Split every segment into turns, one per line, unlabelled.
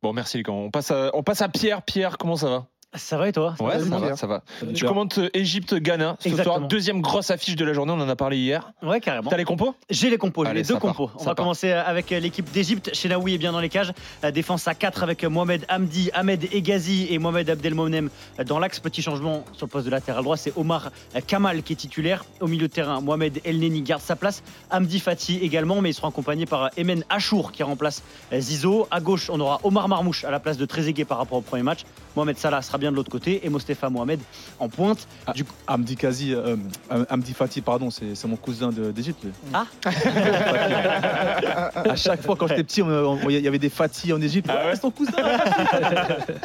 Bon, merci les gars. On passe à, on passe à Pierre. Pierre, comment ça va
Ça va et toi
Ouais,
va,
ça
Zidane
va, ça va.
va
Tu
bien.
commentes euh, Égypte-Ghana ce soir.
Exactement. Ah
Deuxième grosse affiche de la journée, on en a parlé hier.
Ouais, carrément.
T'as les compos
J'ai les compos, j'ai
Allez,
les deux
ça part,
compos. On
ça
va
part.
commencer euh, avec l'équipe d'Égypte. Shenaoui est bien dans les cages. La Défense à 4 avec euh, Mohamed Hamdi, Ahmed Egazi et Mohamed Abdelmonem dans l'axe. Petit changement sur le poste de latéral droit, c'est Omar euh, Kamal qui est titulaire. Au milieu de terrain, Mohamed Elneny garde sa place. Hamdi Fati également, mais ils seront accompagnés par euh, Emen Achour qui remplace euh, Zizo. À gauche, on aura Omar Marmouche à la place de Trezeguet par rapport au premier match. Mohamed Salah sera bien de l'autre côté et Mostefa Mohamed en pointe.
Amdi Kazi, euh, Amdi Fati, pardon, c'est c'est mon cousin de- d'Égypte. lui.
Ah.
À chaque fois, quand j'étais petit, on- on- il y avait des Fati en Égypte. Ah c'est ton cousin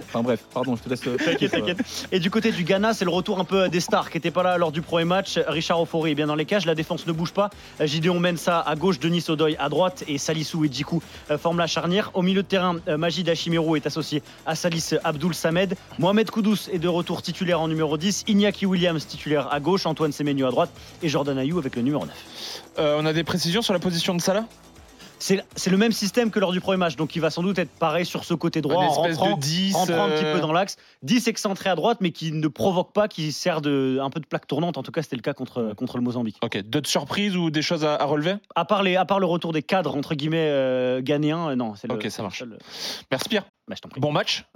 Enfin bref, pardon, je te laisse. euh,
T'inquiète, t'inquiète. Et du côté du Ghana, c'est le retour un peu des stars qui n'étaient pas là lors du premier match. Richard Ofori est bien dans les cages, la défense ne bouge pas. Gideon Mensa à gauche, Denis Odoy à droite et Salissou et Djikou euh, forment la charnière. Au milieu de terrain, euh, Majid Hachimero est associé à Salis Abdul Samed. Mohamed Koudous est de retour titulaire en numéro 10. Iñaki Williams titulaire à gauche, Antoine Semenyo à droite et Jordan Ayou avec le numéro 9.
Euh, On a des précisions sur la position de Salah
C'est c'est le même système que lors du premier match, donc il va sans doute être pareil sur ce côté droit
Une
en
espèce
rentrant
de 10.
rentrant un petit
euh,
peu dans l'axe. 10 excentrés à droite, mais qui ne provoque pas, qui sert de, un peu de plaque tournante. En tout cas, c'était le cas contre, contre le Mozambique.
Ok, d'autres surprises ou des choses à, à relever
À part, les, à part le retour des cadres, entre guillemets, euh, ghanéens, euh, non, c'est le.
Ok, ça marche.
c'est le-
Merci Pierre.
Bah, je t'en prie.
Bon match.